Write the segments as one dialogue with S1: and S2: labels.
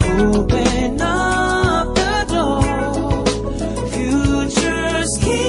S1: Open up the door. Future's key.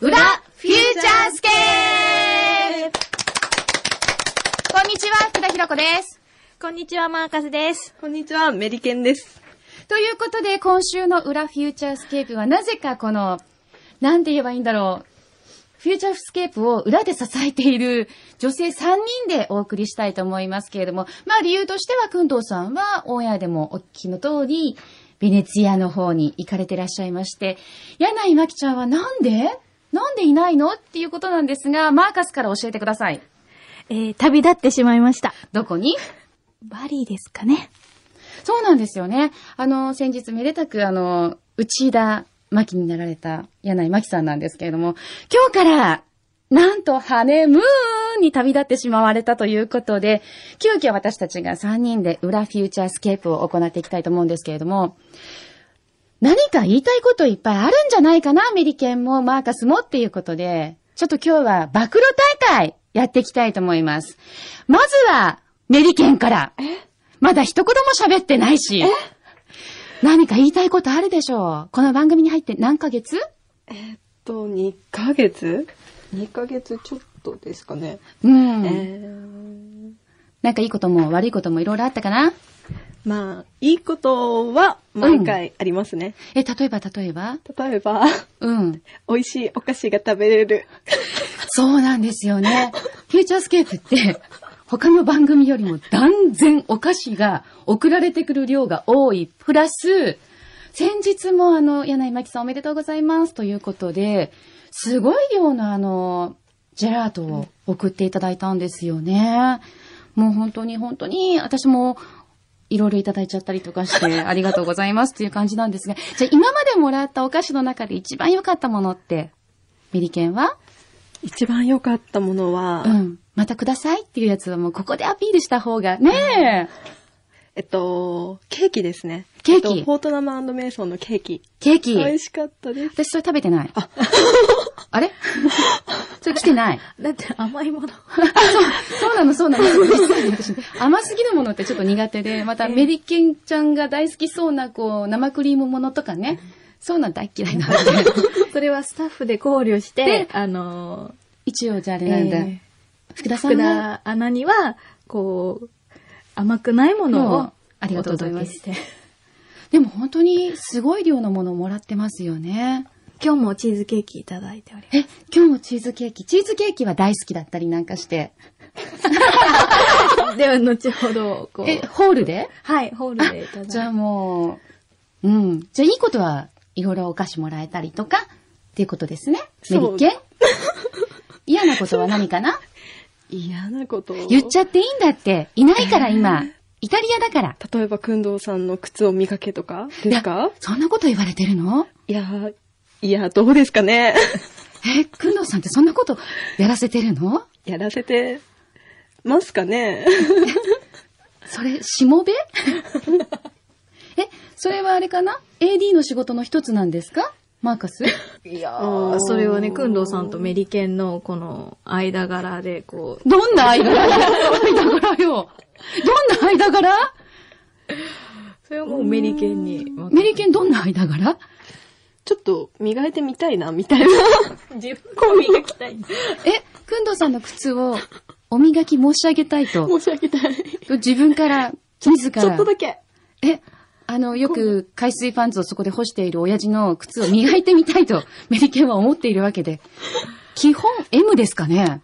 S2: 裏フューチャースケープこんにちは、福田ひろ子です。
S3: こんにちは、マーカスです。
S4: こんにちは、メリケンです。
S2: ということで、今週の裏フューチャースケープは、なぜかこの、なんて言えばいいんだろう。フューチャースケープを裏で支えている女性3人でお送りしたいと思いますけれども、まあ理由としては、くんどうさんはオンエアでもお聞きの通り、ベネツィアの方に行かれてらっしゃいまして、柳井真紀ちゃんはなんでなんでいないのっていうことなんですが、マーカスから教えてください。
S3: えー、旅立ってしまいました。
S2: どこに
S3: バリーですかね。
S2: そうなんですよね。あの、先日めでたく、あの、内田真紀になられた柳井真紀さんなんですけれども、今日から、なんと、ハネムーンに旅立ってしまわれたということで、急遽私たちが3人で裏フューチャースケープを行っていきたいと思うんですけれども、何か言いたいこといっぱいあるんじゃないかな、アメリケンもマーカスもっていうことで、ちょっと今日は暴露大会やっていきたいと思います。まずは、メリケンから。まだ一言も喋ってないし。何か言いたいことあるでしょうこの番組に入って何ヶ月
S4: と、2ヶ月 ?2 ヶ月ちょっとですかね。
S2: うん。
S4: えー、
S2: なんかいいことも悪いこともいろいろあったかな
S4: まあ、いいことは毎回ありますね。
S2: え、例えば例えば
S4: 例えば、
S2: うん。
S4: 美味しいお菓子が食べれる。
S2: そうなんですよね。フューチャースケープって、他の番組よりも断然お菓子が送られてくる量が多い。プラス、先日もあの、柳井真紀さんおめでとうございますということで、すごい量のあの、ジェラートを送っていただいたんですよね。もう本当に本当に、私もいろいろいただいちゃったりとかして、ありがとうございますっていう感じなんですが、じゃあ今までもらったお菓子の中で一番良かったものって、メリケンは
S4: 一番良かったものは、
S2: うん。またくださいっていうやつはもうここでアピールした方が。ねえ。
S4: えっと、ケーキですね。
S2: ケーキ
S4: えっとフォートナムメイソンのケーキ。
S2: ケーキ。
S4: 美味しかったです。
S2: 私それ食べてない。 あれそれ来て ない。
S3: だって甘いもの。
S2: そうなの、そうなの。実際に私 甘すぎるものってちょっと苦手で、またメリケンちゃんが大好きそうな、こう、生クリームものとかね。そうなん大嫌いなので。
S3: それはスタッフで考慮して
S2: で、
S3: あの
S2: 一応じゃああ
S3: ー、
S2: れなんだ。
S3: え
S2: 福田
S3: ー
S2: さ
S3: 福
S2: んが。
S3: 田アナには、こう、甘くないもの
S2: もう
S3: を、
S2: ありがとうございます
S3: お届けして。
S2: でも本当にすごい量のものをもらってますよね。
S3: 今日もチーズケーキいただいておりま
S2: え、今日もチーズケーキ。チーズケーキは大好きだったりなんかして。
S3: す。では、後ほど、こ
S2: え、
S3: う、
S2: ホールで
S3: はい、ホールでいただい
S2: じ
S3: て
S2: ゃあ。もう、うん。じゃあいいことはいろいろお菓子もらえたりとか、っていうことですね。メ
S4: そう
S2: リケン嫌なことは何かな
S4: 嫌なことを。
S2: 言っちゃっていいんだって。いないか ら今。イタリアだから。
S4: 例えば、くんどうさんの靴を磨けとか
S2: い
S4: です
S2: や
S4: か
S2: そんなこと言われてるの
S4: いやー、いや、どうですかね。
S2: え、くんどうさんってそんなことやらせてるの
S4: やらせてますかね。
S2: それ、し もべえ、それはあれかな ?AD の仕事の一つなんですかマー カス
S3: いや
S4: ー
S3: それをね、くんどうさんとメリケンの、この、間柄で、こう、
S2: どんな 間柄間柄よ。どんな間柄
S3: それをもうメリケンに任せて、
S2: メリケンどんな間柄
S4: ちょっと磨いてみたいな、みたいな。
S3: 自分を磨きたいんだ。
S2: え、くんどうさんの靴をお磨き申し上げたいと。
S4: 申し上げたい。
S2: 自分から、自ら。
S4: ちょっとだけ。
S2: え、あの、よく海水パンツをそこで干している親父の靴を磨いてみたいと、メリケンは思っているわけで。基本 M ですかね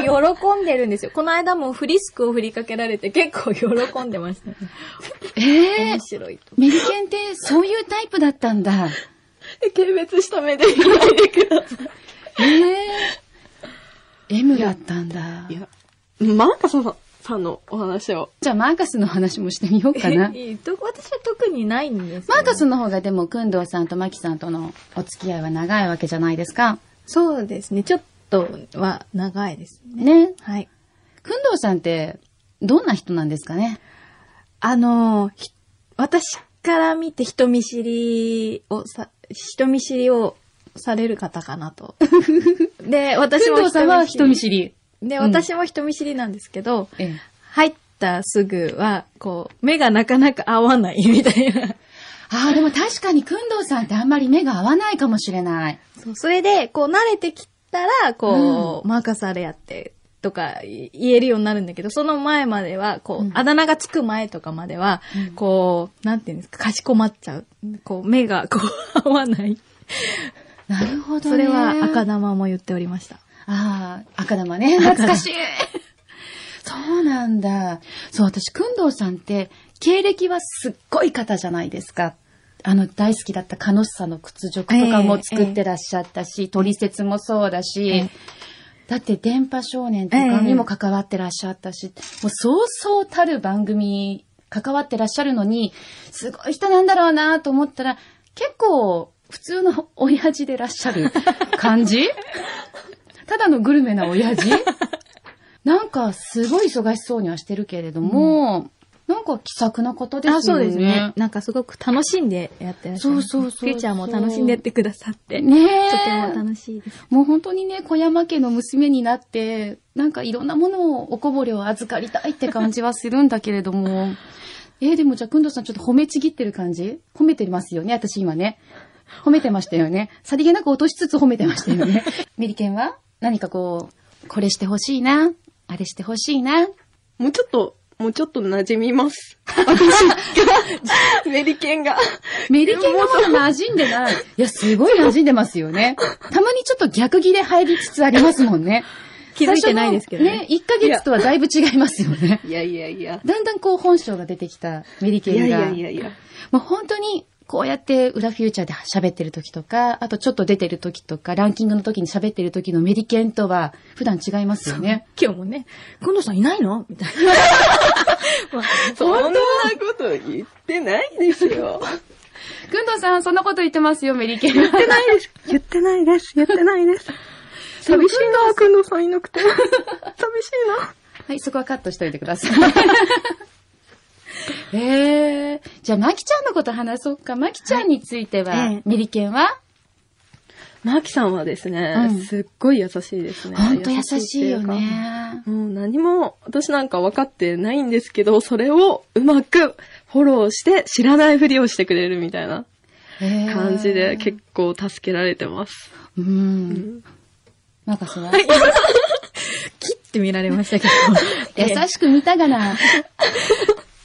S3: 喜んでるんですよ。この間もフリスクを振りかけられて結構喜んでましたね。
S2: ええ
S3: 面白いと。。
S2: メリケンってそういうタイプだったんだ。
S4: 軽蔑した目で見ないでくださ
S2: ええ M だったんだ
S4: い。い。や、マーカサさんのお話を。
S2: じゃあマーカスの話もしてみようかな
S3: えと私は特にないんですよ
S2: マーカスの方がでも、くんどうさんとマキさんとのお付き合いは長いわけじゃないですか。
S3: そうですね。ちょっとは長いですね。
S2: ね。
S3: はい。
S2: くんどうさんって、どんな人なんですかね
S3: あの、ひ私から見て人見知りをさ、人見 知りをされる方かなと。で、
S2: く
S3: 私
S2: ん
S3: も
S2: どうさんは人見知り。
S3: で、
S2: うん
S3: 私も人見知りなんですけど、
S2: ええ
S3: 入ったすぐは、こう、目がなかなか合わないみたいな。
S2: ああ、でも確かに、くんどうさんってあんまり目が合わないかもしれない。
S3: そう、それで、こう、慣れてきたら、こう、任されやって、とかい言えるようになるんだけど、その前までは、こう、
S2: うん
S3: あだ名がつく前とかまでは、こう、なんていうんですか、かしこまっちゃう。こう、目が、こう、合 わない。
S2: なるほどね。
S3: それは赤
S2: 玉。
S3: 玉も言っておりました。
S2: ああ、赤玉ね。 懐かしい。そうなんだ。そう、私、くんどうさんって、経歴はすっごい方じゃないですか。あの、大好きだったカノッサの屈辱とかも作ってらっしゃったし、トリセツもそうだし、
S3: ええ
S2: だって、電波少年とかにも関わってらっしゃったし、もうそうそうたる番組関わってらっしゃるのに、すごい人なんだろうなと思ったら、結構普通の親父でらっしゃる感じただのグルメな親 父なんかすごい忙しそうにはしてるけれども、なんか気さくなことですよね。
S3: あ、そうですね。なんかすごく楽しんでやってらっしゃ
S2: そ
S3: る。
S2: うそうそうそう
S3: フューチャーも楽しんでやってくださって。
S2: ねえ
S3: とても楽しいです。
S2: もう本当にね、小山家の娘になって、なんかいろんなものをおこぼれを預かりたいって感じはするんだけれども。 えー、でもじゃあ、くんどうさんちょっと褒めちぎってる感じ褒めてますよね、私今ね。褒めてましたよね。さりげなく落としつつ褒めてましたよ ね。メリケンは何かこう、これしてほしいな、あれしてほしいな。
S4: もうちょっと、もうちょっと馴染みます。私が、メリケンが。
S2: メリケンがまだ馴染んで ない。いや、すごい馴染んでますよね。たまにちょっと逆ギレ入りつつありますもん ね。
S3: 気づいてないですけど
S2: 最
S3: ね
S2: 初のね、1ヶ月とはだいぶ違いますよね。
S4: いやいやいや。
S2: だんだんこう本性が出てきたメリケ
S4: いや
S2: ン
S4: い
S2: が。
S4: やいやいや。
S2: もう本当に、こうやって裏フューチャーで喋ってる時とか、あとちょっと出てる時とか、ランキングの時に喋ってる時のメリケンとは普段違いますよね。
S3: 今日もね、くんどうさんいないのみたい な。
S4: そんなこと言ってないですよ。
S2: くんどうさん、そんなこと言ってますよ、メリケンは。
S4: 言ってないです。言ってないです。言ってないです。寂しいな、くんのさんいなく て。寂しいな。
S2: はい、そこはカットしといてください。 ええじゃあ、まきちゃんのこと話そうか。まきちゃんについては、
S3: はいええ
S2: メリケンは
S4: マキさんはですね、
S2: うん
S4: すっごい優しいですね。
S2: ほんと優しい
S4: 優し
S2: よ
S4: ってうか。
S2: ね。
S4: もう何も私なんか分かってないんですけど、それをうまくフォローして知らないふりをしてくれるみたいな
S2: ええ
S4: 感じで結構助けられてます。
S2: うん。マカスは、
S3: 切って見られましたけ
S2: 優
S3: ど。優し
S2: しく見たがな。
S3: い。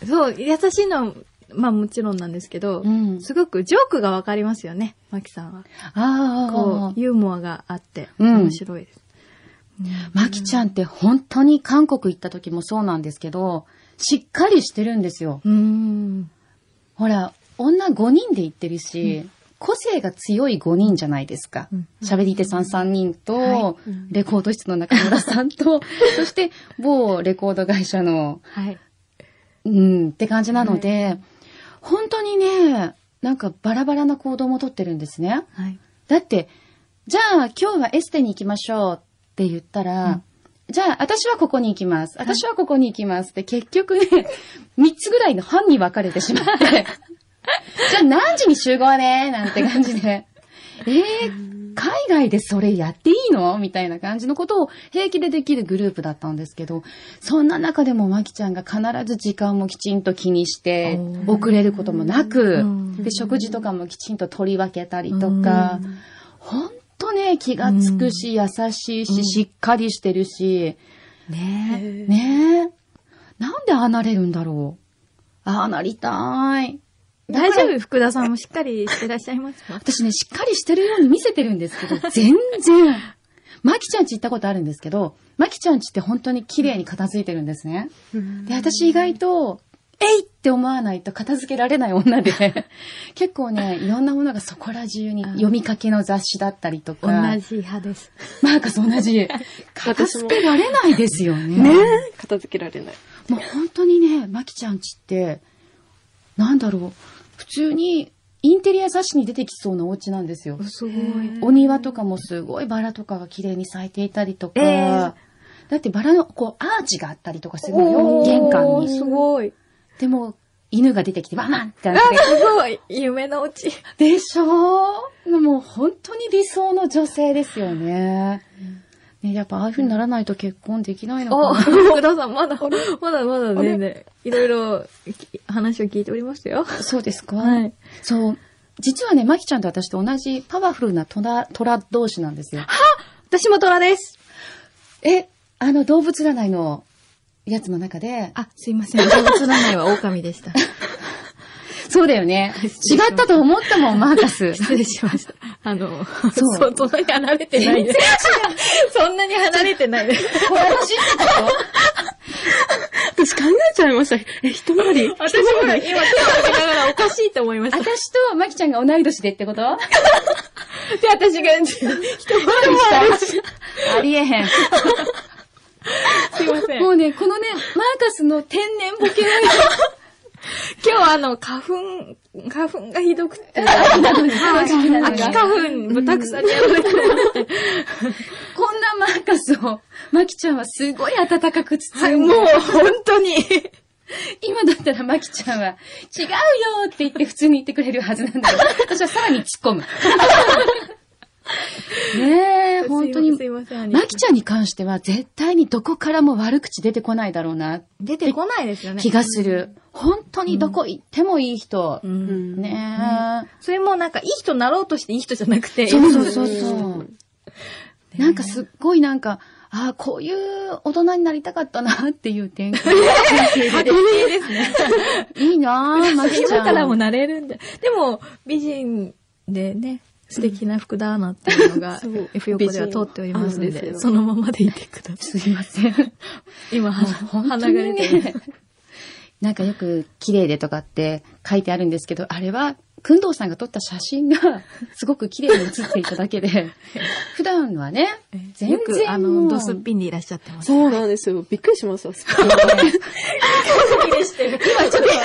S3: そう、優しいのは、まあもちろんなんですけど、
S2: うん
S3: すごくジョークがわかりますよね、マキさんは。
S2: ああ
S3: こう、ユーモアがあって、
S2: うん
S3: 面白いです。
S2: マキちゃんって本当に韓国行った時もそうなんですけど、しっかりしてるんですよ。
S3: うーん。
S2: ほら、女5人で行ってるし、個性が強い5人じゃないですか
S3: うん。
S2: 喋、り手さん3人と、
S3: は
S2: レコード室の中村さん と、そして某レコード会社の、
S3: はい。
S2: うん、って感じなので、本当にね、なんかバラバラな行動もとってるんですね。
S3: はい。
S2: だって、じゃあ今日はエステに行きましょうって言ったら、じゃあ私はここに行きます。私はここに行きますって結局ね、3つぐらいの班に分かれてしま って、じゃあ何時に集合ねなんて感じで。えー、海外でそれやっていいのみたいな感じのことを平気でできるグループだったんですけど、そんな中でもまきちゃんが必ず時間もきちんと気にして
S3: お、ー
S2: 遅れることもなく
S3: うん、
S2: で、食事とかもきちんと取り分けたりとか、ほんとね、気がつくし、優しいし、しっかりしてるし、
S3: ね
S2: ねえ。なんでああなれるんだろう。ああなりたい。
S3: え。大丈夫福田さんもしっかりしてらっしゃいます か
S2: 私ね、しっかりしてるように見せてるんですけ ど、全然。まきちゃんち行ったことあるんですけど、まきちゃんちって本当に綺麗に片付いてるんですね。で、私意外と、えいって思わないと片付けられない女 で、結構ね、いろんなものがそこら中に読みかけの雑誌だったりと
S3: 同
S2: か、
S3: じ派です。
S2: マーカス同 じ。片付けられないですよね。
S4: 片付けられない。
S2: もう本当にね、まきちゃんちって、なんだろう、普通にインテリア雑誌に出てきそうなお家なんですよ。
S3: すごい。
S2: お庭とかもすごいバラとかが綺麗に咲いていたりとか、
S3: ええ
S2: だってバラのこうアーチがあったりとかするのよ、玄関
S3: おー
S2: に。
S3: すごい。
S2: でも、犬が出てきてワンワンってなって。
S3: すごい夢のうち。
S2: でしょうもう本当に理想の女性ですよね。ね、やっぱああいう風にならないと結婚できないの
S3: お、
S2: かな。
S3: 福田さん、ま だ、まだまだ全然、いろいろき話を聞いておりましたよ。
S2: そうですか、
S3: はい。
S2: そう。実はね、まきちゃんと私と同じパワフルな虎、虎同士なんですよ。
S3: 私も虎です。
S2: え、あの動物占いのやつの中で、
S3: あ、すいません。動物占いは狼でした。
S2: そうだよね。違ったと思ったもん、マーカス。
S3: 失礼しました。あの、
S2: そう
S3: そう、そんなに離れてないです。そんなに離れてないです。
S2: これ私ってこと
S4: 私考えちゃいました。え、一回 り
S3: 私も今、手を挙げながらおかしいと思いました。
S2: 私とまきちゃんが同い年でってこと
S3: で、私が、一回 りした。
S2: ありえへん。
S3: すいませ
S2: も
S3: ん。今
S2: うね、このね、マーカスの天然ボケ
S3: 日はあの、花粉、花粉がひどくて、
S2: なのに、秋なのに
S3: 秋花粉、ブタクサにやられて
S2: こんなマーカスを、まきちゃんはすごい暖かく包んで、
S3: もう、本当に。
S2: 今だったらまきちゃんは、違うよって言って普通に言ってくれるはずなんだけど、私はさらに突っ 込む。ねえ、本当に。
S3: すいません。
S2: まきちゃんに関しては絶対にどこからも悪口出てこないだろうな、
S3: 出てこないですよね。
S2: 気がする。本当にどこ行ってもいい人
S4: う
S3: う。。
S4: んん
S2: ね
S3: それもなんか、いい人になろうとしていい人じゃなくて、
S2: え。そう そうそうそうう。なんかすっごいなんか、ああ、こういう大人になりたかったなっていう点。
S3: 派手ですね。
S2: いいな ぁ、まきちゃ
S3: 今
S2: ん。
S3: からもなれるんで。でも、美人でね、素敵な福田アナっていうのが
S4: そう、
S3: F 横では通っておりますの
S4: 美人アナです
S3: で、
S4: よ
S3: そのままでいてください。
S2: すいません。
S3: 今、鼻が出てる。
S2: ね。なんかよく、綺麗でとかって書いてあるんですけど、あれは、くんどうさんが撮った写真 が、すごく綺麗に写っていただけで、普段はね、全然
S3: よく、あ
S2: も
S3: の、
S2: う
S3: ドスッピンでいらっしゃってます。
S4: そうなんですよ。びっくりしました。
S3: 切れしてる。今ちょっと、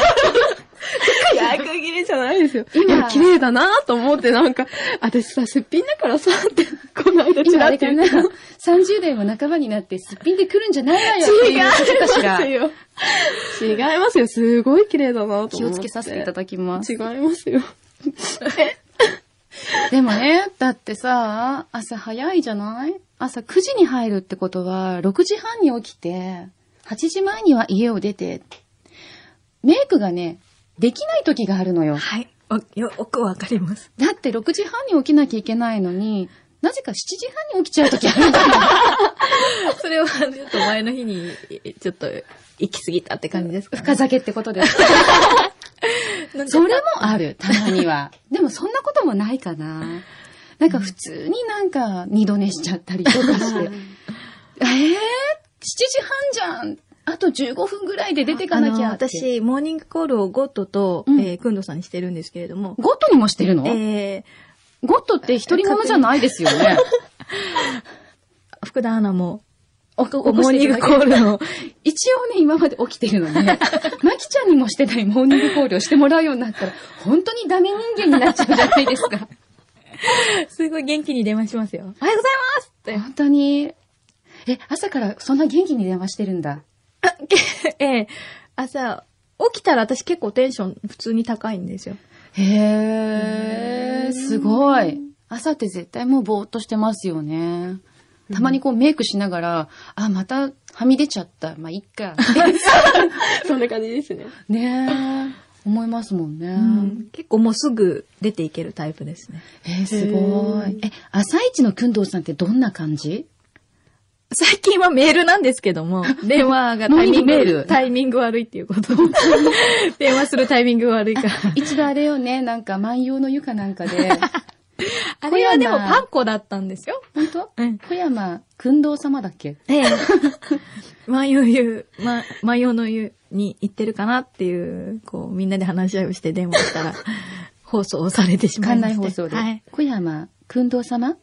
S4: 逆切れじゃないですよ。
S2: 今
S4: いや、綺麗だなと思って、なんか、私さ、すっぴんだからさ、 って、この間ち
S2: 今あ
S4: ら
S2: れ
S4: って
S2: か
S4: 言
S2: な
S4: っ、
S2: 30代も半ばになってすっぴんで来るんじゃないわよって
S4: 違い
S2: いうことかし
S4: ま
S2: ら
S4: す。よ。違いますよ。すごい綺麗だなと
S2: 気
S4: 思って。
S2: をつけさせていただきます。
S4: 違いますよ。
S2: でもね、だってさ、朝早いじゃない朝9時に入るってことは、6時半に起きて、8時前には家を出て、メイクがね、できない時があるのよ。
S3: はい。およ、よくわかります。
S2: だって6時半に起きなきゃいけないのに、なぜか7時半に起きちゃう時あるんだよ。
S3: それは、ちょっと前の日に、ちょっと、行き過ぎたって感じですかね
S2: 深酒ってことです。
S3: なんか
S2: それもある、たまには。 でもそんなこともないかな。なんか普通になんか二度寝しちゃったりとかして。 えー、7時半じゃんあと15分ぐらいで出てかなき
S3: あ
S2: ゃ
S3: の
S2: って。、
S3: 私、モーニングコールをゴットと、
S2: うん
S3: えー、くんどさんにしてるんですけれども、
S2: ゴットにもしてるの、
S3: え
S2: ゴットって一人者じゃないですよね。
S3: ー、福田アナも、
S2: お
S3: モーニングコールの、
S2: 一応ね、今まで起きてるの ね。マキちゃんにもしてないモーニングコールをしてもらうようになったら、本当にダメ人間になっちゃうじゃないですか。
S3: すごい元気に電話しますよ。 おはようございますって。
S2: 本当に。え、朝からそんな元気に電話してるんだ。
S3: えー、朝、起きたら私結構テンション普通に高いんですよ。
S2: へえ、すごい。朝って絶対もうぼーっとしてますよね。たまにこうメイクしながら、あ、またはみ出ちゃった。まあ、いっか。
S4: そんな感じですね。
S2: ねえ。思いますもんね。
S3: うん結構もうすぐ出ていけるタイプですね。
S2: えーすごい。え、朝一のくんどうさんってどんな感じ
S3: 最近はメールなんですけど も、電話がタイミング、
S2: モーニングメール
S3: タイミング悪いっていうこと。電話するタイミングが悪いから。
S2: 一度あれよね、なんか万葉の湯かなんかで。
S3: あれはでもパンコだったんですよ。
S2: 本当
S3: うん
S2: 小山くんどう様だっけ
S3: ええ。万葉湯、ま、万葉の湯に行ってるかなっていう、こう、みんなで話し合いをして電話したら、 放送をされてしまい
S2: 館
S3: まし
S2: 内
S3: て
S2: 放送で。
S3: はい。
S2: 小山くんどう様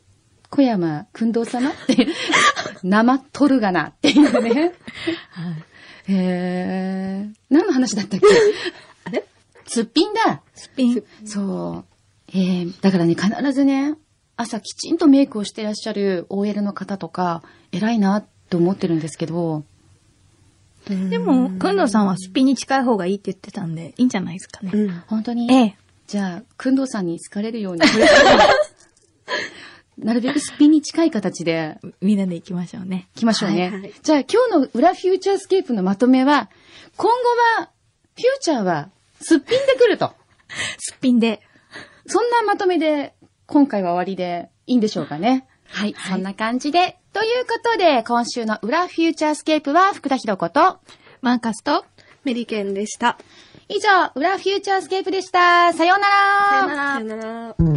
S2: 小山くんどう様 って、生とるがなっていうね。
S3: はい
S2: へえ。何の話だったっけあれすっぴんだ。
S3: スピン。
S2: そう。えー、だからね、必ずね、朝きちんとメイクをしてらっしゃる OL の方とか、偉いなって思ってるんですけど、
S3: でも、くんどうさんはスピンに近い方がいいって言ってたんで、いいんじゃないですかね。
S4: うん。
S2: 本当に、
S3: ええ。
S2: じゃあ、くんどうさんに好かれるように、なるべくすっぴんに近い形で
S3: みんなで行きましょうね。
S2: 行きましょうね。
S4: はいはい
S2: じゃあ今日の裏フューチャースケープのまとめは、今後は、フューチャーはすっぴんで来る と。
S3: すっぴんで。
S2: そんなまとめで、今回は終わりでいいんでしょうかね。はい、そんな感じで。ということで、今週の裏フューチャースケープは福田博子と、
S3: マーカスと、
S4: メリケンでした。
S2: 以上、裏フューチャースケープでした。さようなら。
S4: さよなら。